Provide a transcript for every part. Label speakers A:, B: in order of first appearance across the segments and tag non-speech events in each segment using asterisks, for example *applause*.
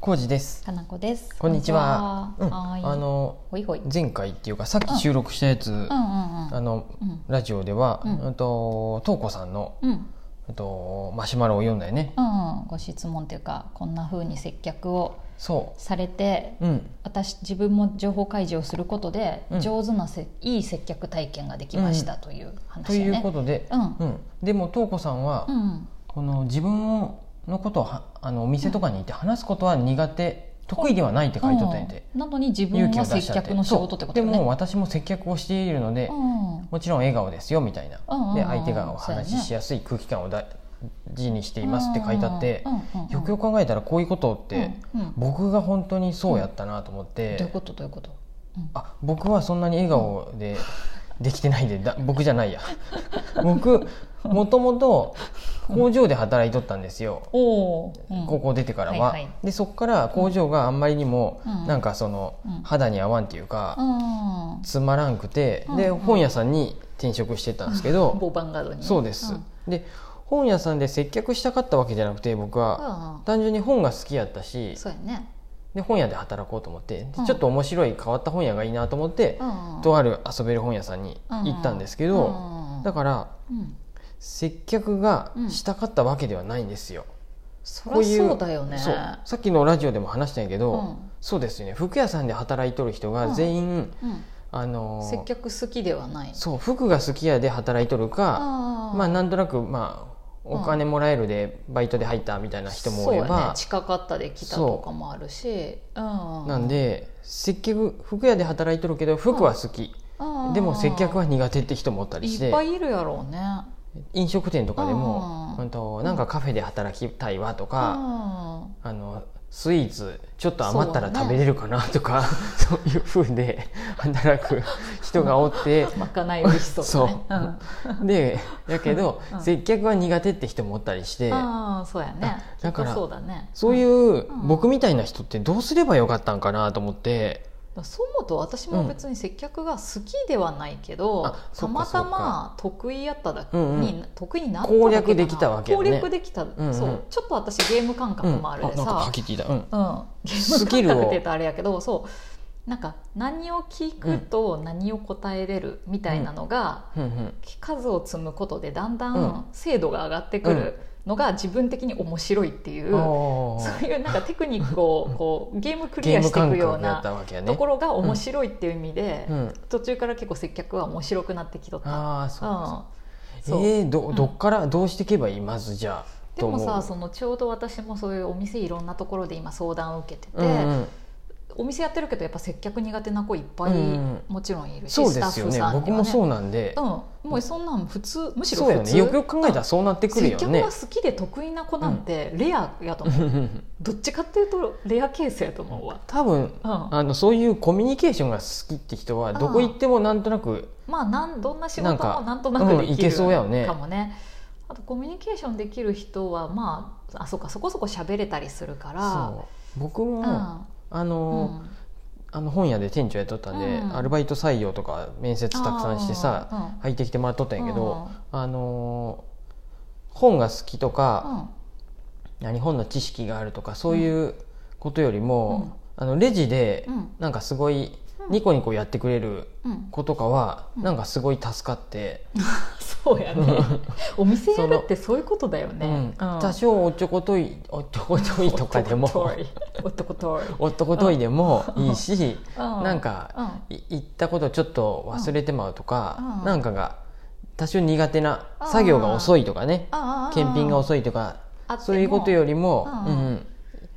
A: 浩二です
B: かなこです。
A: こんにちは、う
B: こ
A: んん
B: にちは
A: あ、の
B: ほいほい。うんうん
A: 前回っていうかさっき収録したやつ、
B: うん
A: あの
B: うん。
A: ラジオでは、
B: う
A: うんん、とトーコさんの、
B: うん。うん
A: うん、とマシュマロを読んだよね、
B: うん。ご質問というか、こんな風に接客を
A: そ
B: されて。
A: ううん
B: 私自分も情報開示をすることで、
A: うん
B: 上手なせいい接客体験ができましたという
A: と
B: 話よ
A: いう
B: ね。
A: ことで、
B: うん
A: うんでもトーコさんは、
B: うんうん
A: この自分をのことをはあのお店とかに行って話すことは苦手、得意ではないって書いとったんやて、
B: なのに自分
A: 勇気を
B: は
A: 出
B: 接
A: しちゃって
B: 客の仕事ってこと
A: そう
B: よ
A: でも
B: ね。
A: 私も接客をしているので、
B: うんうん
A: もちろん笑顔ですよみたいな、
B: うんうん
A: で相手がお
B: そう
A: 話
B: や
A: し
B: ね
A: しやすい空気感を大事にしていますって書いてあって
B: う、んうんうん
A: よくよく考えたらこういうことって、
B: うんうん
A: 僕が本当にそうやったなと思って、
B: どういうことどういうこと。うん
A: あ僕はそんなに笑顔でできてないでだ僕じゃないや僕もともと工場で働いとったんですよ、
B: おお。うん
A: 高校出てからは、
B: はいはい
A: でそこから工場があんまりにも、
B: うん
A: なんかその、
B: うん
A: 肌に合わんっていう
B: う
A: か、
B: ん。
A: つまらんくて、で
B: うんうん
A: 本屋さんに転職してたんですけど、
B: ボーバンガードにね。
A: そうです、
B: ん
A: で本屋さんで接客したかったわけじゃなくて僕は、
B: う
A: 単純に本が好きやったし
B: ん、そうやね。
A: で本屋で働こうと思ってで
B: うん
A: ちょっと面白い変わった本屋がいいなと思って、
B: うんうん
A: とある遊べる本屋さんに行ったんですけど、
B: うんうん
A: だから
B: うん
A: 接客がしたかったわけではないんですよ。
B: そ
A: こう
B: り
A: い
B: ゃ
A: う
B: そうだよね。
A: そうさっきのラジオでも話したんやけど、
B: うん
A: そうですよね服屋さんで働いとる人が全員、
B: うん
A: あのー
B: 接客好きではない。
A: そう服が好きやで働いとるか、ま
B: ま
A: あなんとなくまあお金もらえるでバイトで入ったみたいな人もおれ
B: そうやね
A: ば、
B: 近かったで来たとかもあるし、うん
A: なんで接客服屋で働いとるけど服は好き、
B: うん
A: でも接客は苦手って人もおったりし
B: い
A: て
B: っぱいいるやろうね。
A: 飲食店とかでも、
B: うん
A: うんとなんかカフェで働きたいわとか、あのスイーツちょっと余ったら食べれるかなとか *laughs* そう,、いうふうで働く人がおって
B: *laughs* うんまかないよりそうだね。
A: そうんでやけど、
B: うん
A: 接客は苦手って人もおったりして、
B: うんそうやね。
A: だから
B: きっとそうだね。
A: そうい
B: ん。
A: う
B: うん
A: 僕みたいな人ってどうすればよかったんかなと思って、
B: そう思うと私も別に接客が好きではないけど、
A: うんあそ
B: た
A: っか
B: ま
A: そっか
B: たま得意やっただけ
A: うんうん
B: に得意になっただけ
A: 攻略できたわけや
B: 攻
A: ね
B: 略できた、
A: うん
B: そうちょっと私ゲーム感覚
A: うん
B: もあるで
A: なんか
B: さ
A: パ、キッていた、うん
B: うんゲ
A: スキ
B: ーム
A: ルを
B: 感覚って言うとあれやけどそうなんか何を聞くと何を答えれるみたいなのが、
A: うんうん
B: 数を積むことでだんだ
A: うん
B: ん精度が上がってくるのが自分的に面白いっていう、
A: おー
B: そういうなんかテクニックをこうゲームクリアしていくよう
A: やっ
B: な
A: たわけやね
B: ところが面白いっていう意味で、
A: うん、
B: 途中から結構接客は面白くなってきとった。
A: ああそうかそうか
B: そう
A: えー、ど
B: うん
A: どっからどうしていけばいいまずじゃあ
B: で
A: と
B: も
A: 思
B: さ
A: う
B: そのちょうど私もそういうお店いろんなところで今相談を受けてて、
A: うんうん
B: お店やってるけどやっぱ接客苦手な子いっぱい
A: うん
B: もちろんいるし、
A: そう
B: ス
A: で
B: タ
A: す
B: ッ
A: よ
B: フ
A: ね
B: さん
A: 僕もそううなんで、
B: うん、もうそんなん普通むしろ
A: そうや
B: 普
A: ね
B: 通
A: よくよく考えたらそうなってくるよ
B: 接
A: ね
B: 客が好きで得意な子なんてレアやと思う、どっちかっていうとレアケースやと思うわ、
A: 多分
B: うん、ま
A: あのそういうコミュニケーションが好きって人は
B: ん
A: どこ行ってもなんとなく
B: あなんどんな仕
A: なん
B: 事
A: か
B: もなんとなくで
A: うんい
B: き
A: け
B: る
A: そうやよね
B: かもねあとコミュニケーションできる人はまああそうかそこそこ喋れたりするから
A: そう僕も、
B: うん
A: あ
B: うん
A: の,、あの本屋で店長やっとったんで、
B: うん
A: アルバイト採用とか面接たくさんしてさ
B: あーうん
A: 入ってきてもらっとったんやけど、あのー本が好きとか、何本の知識があるとかそういうことよりも、あのレジで
B: うん
A: なんかすごい
B: うん
A: ニコニコやってくれる
B: うんうん、
A: 子とかは
B: うん
A: なんかすごい助かって、
B: そう
A: *laughs*
B: やねお店やるってそういうことだよね、
A: うん多少おっちょこちょいおっちょこちょいとかでも
B: おっとことい
A: *laughs* おっとこちょいでもいいし、な
B: なん
A: かい言ったことちょっと忘れてまうとか、
B: うん
A: なんかが多少苦手な
B: あー
A: 作業が遅いとかね検
B: 検
A: 品が遅いとかそういうことよりも、
B: う
A: うんんうん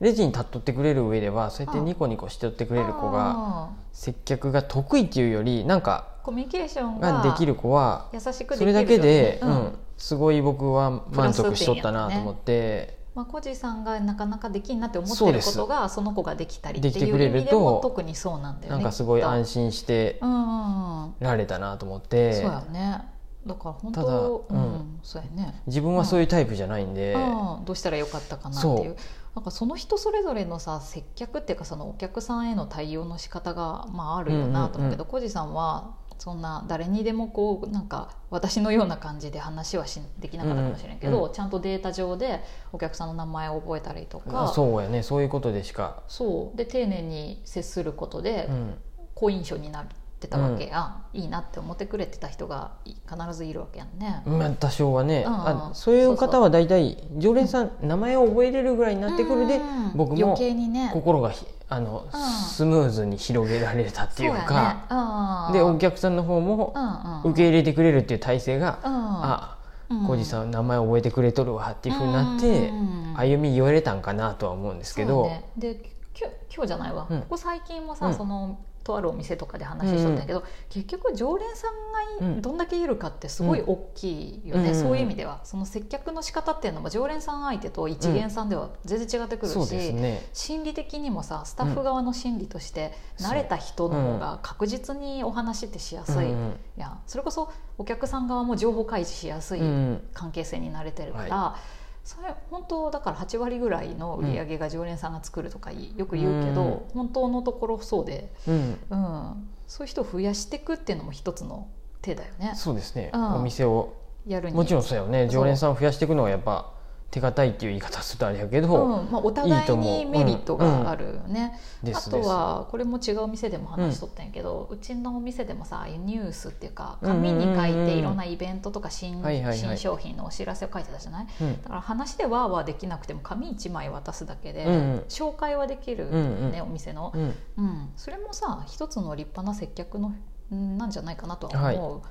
A: レジに立っとってくれる上ではそうやってニコニコしてとってく
B: く
A: れる子が接客が得意っていうよりなんか
B: コミュニケーション
A: が
B: が
A: できる子は
B: 優しくできる
A: それだけで、
B: う
A: うんん、すごい僕は満足しとったなと思って、
B: まあ、コジさんがなかなかできんなって思ってることがその子ができたりっ
A: で
B: てい
A: きて
B: う
A: く
B: 意
A: れると
B: 味でも特にそうなんだよ
A: な
B: ね
A: んかすごい安心
B: 心
A: して
B: うんうんうん
A: られたなと思っ
B: そう
A: て
B: やねだから本
A: ただ
B: 当
A: うん
B: うん、そうやね
A: 自分はそういうタイプじゃないんで、
B: うんどうしたらよかったかなって
A: そ
B: いう
A: う
B: なんかその人それぞれのさ接客っていうかそのお客さんへの対応の仕方がまああるよなと思うけど、小路さんはそんな誰にでもこうなんか私のような感じで話はしできなかったかもしれんけど、
A: うんうん
B: ちゃんとデータ上でお客さんの名前を覚えたりとか、
A: あそうやねそういうことでしか、
B: そうで丁寧に接することで
A: うん、
B: 好印象になってたわけや、ん、いいなって思ってくれてた人がい必ずいるわけやんね。
A: まあ多少はね、
B: うん
A: あそういう方は大体常連さん、名前を覚えれるぐらいになってくるで、
B: うん
A: 僕も
B: 余計にね
A: 心がひあの、
B: うん
A: スムーズに広げられたっていうか
B: そうやね、
A: で
B: うん
A: お客さんの方も
B: うんうん
A: 受け入れてくれるっていう体制が、
B: うん、
A: あ
B: うん
A: 浩二さん名前覚えてくれとるわっていうふうになって、
B: うんうんうん
A: 歩み寄れたんかなとは思うんですけ
B: そう
A: ど、
B: ね、できょ今日じゃないわ、
A: うん
B: ここ最近もさ、
A: うん
B: そのとあるお店とかで話しとったんやけど、結局常連さんがい、
A: うん
B: どんだけいるかってすごい大きいよ
A: う
B: ね、
A: ん
B: そういう意味ではその接客の仕方っていうのも常連さん相手と一元さんでは全然違ってくるし、
A: そうですね
B: 心理的にもさスタッフ側の心理として、
A: うん
B: 慣れた人の方が確実にお話ってしやすい、
A: うん
B: やんそれこそお客さん側も情報開示しやすい
A: うんうん
B: 関係性に慣れてるから、
A: は
B: それ本当だから8割ぐらいの売り上げが常連さんが作るとかいよく言うけど、本当のところそうで、
A: うん
B: うん、そういう人を増やしていくっていうのも一つの手だよね
A: そうですね、
B: うん
A: お店を
B: やるに
A: もちろんそうやよね
B: そう
A: 常連さんを増やしていくのはやっぱ手堅いっていう言い方するとあれやけど、
B: うんまあ、お互
A: いいと
B: い
A: 思
B: に
A: う
B: メリットがあるよね。
A: で
B: あ
A: す
B: と
A: です
B: はこれも違う店でも話しとったんやけど、うちのお店でもさニュースっていうか紙に書い
A: うんうんうんう
B: て
A: ん
B: いろんなイベントとか新,、
A: はいはいはい
B: 新商品のお知らせを書いてたじゃない
A: うん
B: だから話でわーわーできなくても紙1枚渡すだけで、
A: うんうん
B: 紹介はできる、ね
A: うんうん
B: お店の、
A: うん
B: うん、それもさ一つの立派な接客のうんなんじゃないかなとは思う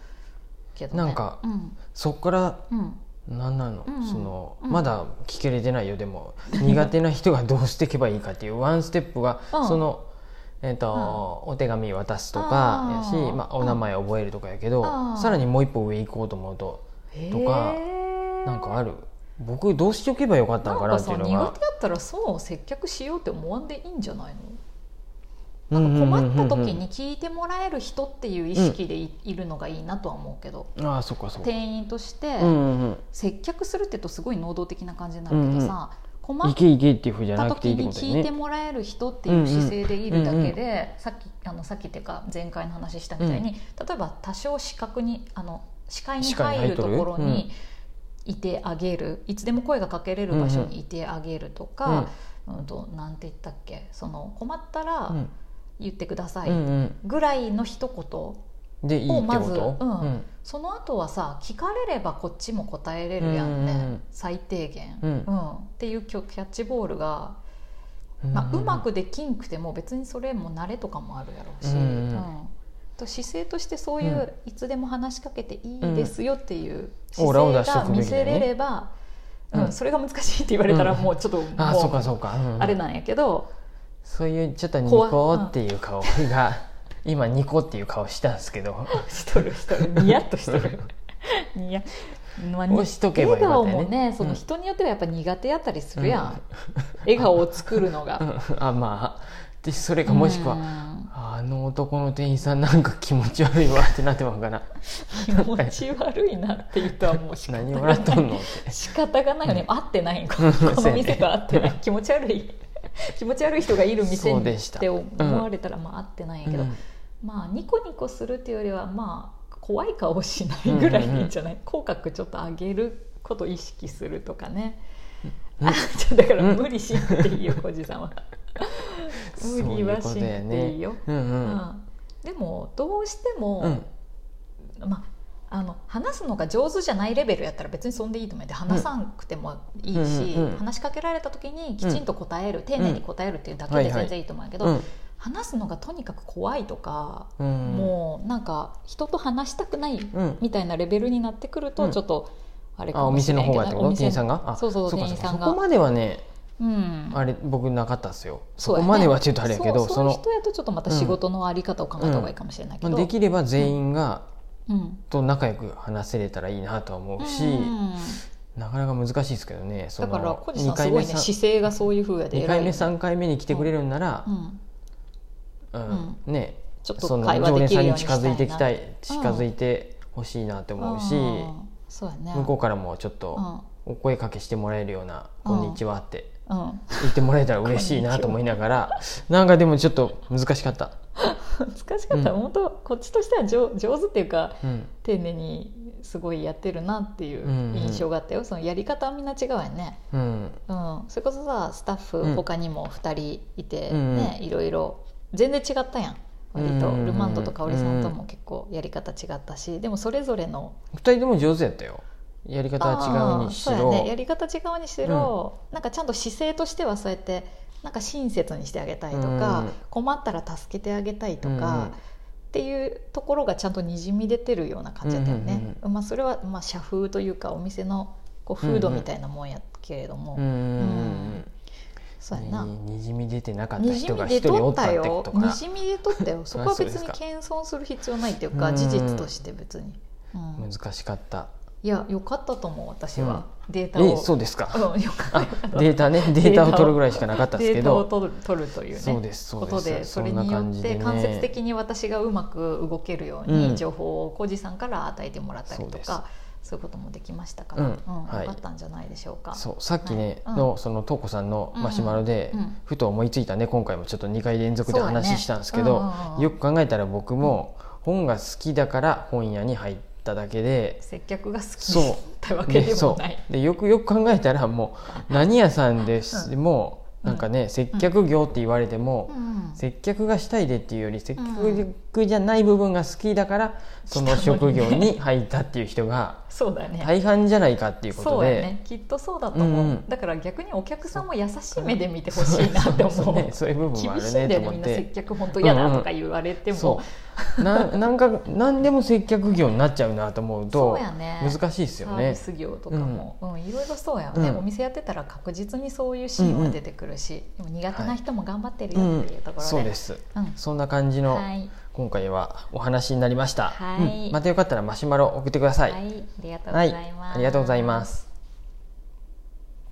B: けどね、
A: なんか
B: うん
A: そこから
B: うん、
A: 何なの、
B: うん
A: その
B: うん
A: まだ聞けれてないよでも苦手な人がどうしていけばいいかっていうワンステップが、
B: うん
A: その、えーとお手紙渡すとかや
B: あー
A: し、まあ、お名前覚えるとかやけど
B: あー
A: さらにもう一歩上行こうと思うと
B: へー
A: とかなんかある僕どうしておけばよかった
B: なんん
A: かな
B: か
A: ってい
B: さ
A: う
B: 苦
A: の
B: 手だ
A: が
B: ったらそう接客しようって思わんでいいんじゃないの
A: うんうんうんうん
B: 困った時に聞いてもらえる人っていう意識でい,、るのがいいなとは思うけど
A: ああそっかそっか。
B: 店員として
A: うんうん
B: 接客するって言うとすごい能動的な感じになるけどさ、
A: うん、
B: 困
A: い
B: っ
A: けいけっていうふうじゃ
B: た
A: なくていい
B: 時
A: って
B: に
A: ことだ
B: 聞い
A: よ
B: て
A: ね。
B: もらえる人っていう姿勢でいるだけ
A: うん
B: でさっきあのさっきっていうか前回の話したみたいに、例えば多少視覚にあの視界に
A: 視界に
B: 入
A: 入っと
B: ると
A: る
B: ころにいてあげるいつでも声がかけれる場所にいてあげるとか、うんとなんて言ったっけその困った
A: う
B: ら
A: ん
B: 言ってください
A: うん
B: ぐらいの一言
A: うん、でいいって
B: ま
A: こ
B: ず
A: と、
B: うんその後はさ聞かれればこっちも答えれるやんね、
A: うんうんうん
B: 最低限、
A: うん
B: っていうキャッチボールが、
A: うん
B: まあ、うまくできんくても別にそれも慣れとかもあるやろうし、
A: うんうん
B: うんと姿勢としてそういう、
A: うん
B: いつでも話しかけていいですよっていう
A: うんオ
B: 姿
A: ーラを
B: 勢
A: 出しと
B: が
A: くべ
B: 見
A: きだよね
B: せれれば、
A: うん
B: うんそれが難しいって言われたらもうちょっと、も
A: あそうか
B: う
A: そうか、うんうん
B: あれなんやけど、
A: そういうちょっとニコっていう顔が今ニコっていう顔したんですけど
B: しとるしとるニヤっとしとるニヤまあ
A: 押しとけばよか
B: 笑顔
A: ったよね
B: もねそうの
A: ん
B: 人によってはやっぱ苦手やったりするやん、
A: うん
B: 笑顔を作るの
A: う
B: が
A: んあまあでそれかもしくは
B: は
A: あの男の店員さんなんか気持ち悪いわってなってまうかな
B: 気持ち悪いなっていうとはもう仕方
A: 何
B: が
A: 笑っとん
B: な
A: のっ
B: い
A: て
B: 仕方がないよね合ってない *laughs* こ
A: うん
B: の
A: そ
B: こ
A: うや
B: の
A: ね
B: 店と合ってない気持ち悪い *laughs* 気持ち悪い人がいる店
A: そう
B: に
A: でした
B: って
A: うん
B: 思われたらまあ合ってないんやけど、
A: うん
B: まあニコニコするっていうよりはまあ怖い顔しないぐらいいいんじゃない、口角ちょっと上げることを意識するとかね、あ *laughs* ちょだから
A: うん
B: 無理しなくていいよ小路さんは
A: そう
B: 無
A: い
B: 理
A: う
B: は
A: こ
B: し
A: と
B: なく
A: や
B: ていい
A: ね
B: よ、
A: うんうん
B: うんでもどうしても、
A: うん
B: まあ、あの話すのが上手じゃないレベルやったら別にそんでいいと思うんで話さなくてもいいし、
A: うんうんうん
B: 話しかけられた時にきちんと答える、丁寧に答えるっていうだけ
A: はい
B: で
A: はい
B: 全然いいと思うんやけど、
A: うん
B: 話すのがとにかく怖いとか、
A: うん
B: もうなんか人と話したくない
A: うん
B: みたいなレベルになってくる
A: う
B: と
A: ん
B: ちょっとあれ
A: あ
B: か
A: お
B: もし
A: 店
B: れ
A: の
B: ないけ
A: 方
B: ど、
A: がってこと店員さん
B: が、
A: があ
B: そうそう
A: か
B: 店員
A: か
B: さんが
A: そこまではね
B: うん、
A: あれ僕なかったっすよそ
B: そうや
A: こ
B: ね
A: まではちょっとあれやけど
B: そう
A: そ
B: そういう
A: の
B: 人やとちょっとまた仕事のあり方を考えた方がいいかもしれないけ
A: ま
B: ど、
A: あできれば全員が
B: うん
A: と仲良く話せれたらいいなとは思うし、
B: うん
A: なかなか難しいですけどねそ
B: だ
A: の
B: から小路さ
A: 2
B: んす
A: 回
B: ご
A: 目
B: いね
A: 3
B: 姿勢がそういうふうやで
A: 二
B: 偉
A: 回
B: い
A: 目
B: ね
A: 3回目に来てくれるんなら
B: う、ん
A: うんね
B: ちょっと
A: その
B: 会話
A: 常連
B: でき
A: さ
B: る
A: んに
B: ようにし
A: 近
B: たいな
A: づいてきたい近
B: うん
A: づいてほしいなと思うし、
B: うんそうやね
A: 向こうからもちょっ
B: う
A: と
B: ん
A: お声かけしてもらえるような「
B: うん
A: こんにちは」って
B: うん *laughs*
A: 言ってもらえたら嬉しいなと思いながらなんかでもちょっと難しかった
B: 難しかったら、
A: うん
B: 本当こっちとしては上上手っていうか
A: うん
B: 丁寧にすごいやってるなっていう
A: うんうん
B: 印象があったよ、そのやり方はみんな違うよね、
A: うん
B: うん、それこそさスタッ
A: う
B: フ
A: ん
B: 他にも2人いて、
A: うん
B: ねいろいろ全然違ったやん割と、
A: うんうんうん
B: ルマンドとかおりさんとも結構やり方違ったし、でもそれぞれの
A: 二人とも上手やったよやり方は違うにし
B: あーそう
A: ろ
B: やねやり方違うにしろ、なんかちゃんと姿勢としてはそうやってなんか親切にしてあげたいとか、
A: うん
B: 困ったら助けてあげたいと
A: うんうん
B: か、っていうところがちゃんとにじみ出てるような感じだったよね、
A: うんうん
B: まあ、それはまあ社風というかお店のこう風土みたいなもんやけれど
A: う
B: も、
A: んうん
B: そうや
A: う
B: な。
A: んににじみ出てなかった
B: にじ
A: 人
B: み
A: が一人
B: でと
A: お
B: っ
A: ったったて
B: よ
A: こと
B: に
A: か
B: じみでとっ
A: *laughs*
B: たよそこは別に謙遜する必要ないっていうか
A: うん
B: 事実として別に、うん
A: 難しかった
B: いや良かったと思う私は、データ
A: え
B: を
A: そうですか
B: うんよ
A: *laughs*
B: かった
A: データねデータを取るぐらいしかなかったですけ
B: データを
A: ど
B: 取る取るというね
A: そうですそう
B: こ
A: です
B: とでそれ
A: んな
B: によ
A: 感
B: っ
A: じ
B: て
A: でね
B: 間接的に私がうまく動けるよう
A: うん
B: に情報を小路さんから与えてもらったり
A: そう
B: と
A: です
B: かそういうこともできましたから、
A: う
B: うんん
A: はい
B: よかったんじゃないでしょうか。
A: そうさっきね、
B: はいうん
A: のそのとうこさんのマシュマロで、
B: うんうん
A: ふと思いついたね今回もちょっと2回連続で
B: そうだね
A: 話したんですけど、
B: うんうんうん
A: よく考えたら僕も本が好きだから本屋に入っただけで。
B: 接客が好き
A: そう
B: だったわけでも
A: そ
B: ないう
A: でよくよく考えたらもう何屋さんです、
B: う
A: もうなんかね、接客業って言われても、
B: うん
A: 接客がしたいでっていうより接客じゃない部分が好きだからその職業に入ったっていう人が
B: そうだね
A: 大半じゃないかっていうこ
B: そ
A: と
B: うだ
A: で
B: ねきっとそうだと思う、
A: うんうん
B: だから逆にお客さんも優しい目で見てほしいなって
A: *laughs* そうそう
B: 思う
A: ねそういう部分もあ
B: 厳
A: る
B: しいんだ
A: ねと
B: よね
A: 思
B: み
A: っ
B: んな接
A: て
B: 客本当嫌だとか言われても、
A: そうななんか何でも接客業になっちゃうなと思うと
B: そうやね
A: 難しいですよ
B: サービ
A: ね。
B: ス業とかも、うんいろいろそうやよね、
A: うん
B: お店やってたら確実にそういうシーンは出てくるし、でも苦手な人も頑張ってる
A: う
B: よ
A: ん
B: っていうところで、うん、
A: そうです
B: うん
A: そんな感じの
B: はい
A: 今回はお話になりました、
B: はい
A: うんまたよかったらマシュマロ送ってくださ、
B: はいい、ありがとうご
A: は
B: ざ
A: い
B: います、
A: ありがとうございます